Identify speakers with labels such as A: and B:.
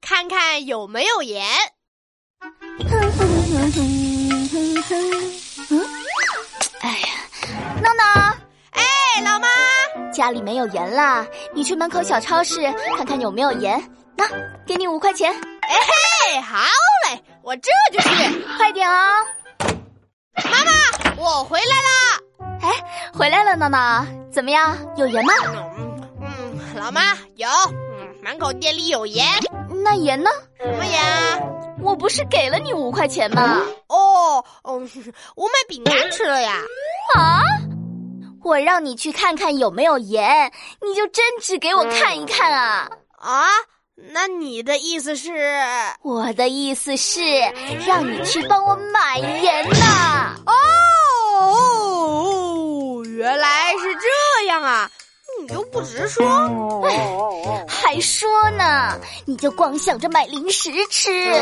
A: 看看有没有盐。
B: 嗯哎呀，闹闹，
A: 哎，老妈，
B: 家里没有盐啦，你去门口小超市看看有没有盐。那，给你五块钱，
A: 哎嘿，好嘞，我这就去。
B: 快点哦。
A: 妈妈，我回来
B: 哎，回来了，闹闹，怎么样？有盐吗？
A: 啦。嗯嗯，老妈有，嗯，门口店里有盐。
B: 那盐呢？
A: 什么盐啊？
B: 我不是给了你五块钱吗？
A: 哦哦，我买饼干吃了呀。
B: 啊！我让你去看看有没有盐，你就真只给我看一看啊！
A: 啊，那你的意思是？
B: 我的意思是让你去帮我买盐呐、
A: 哦，原来是这样啊！你就不直 说。
B: 还说呢，你就光想着买零食吃。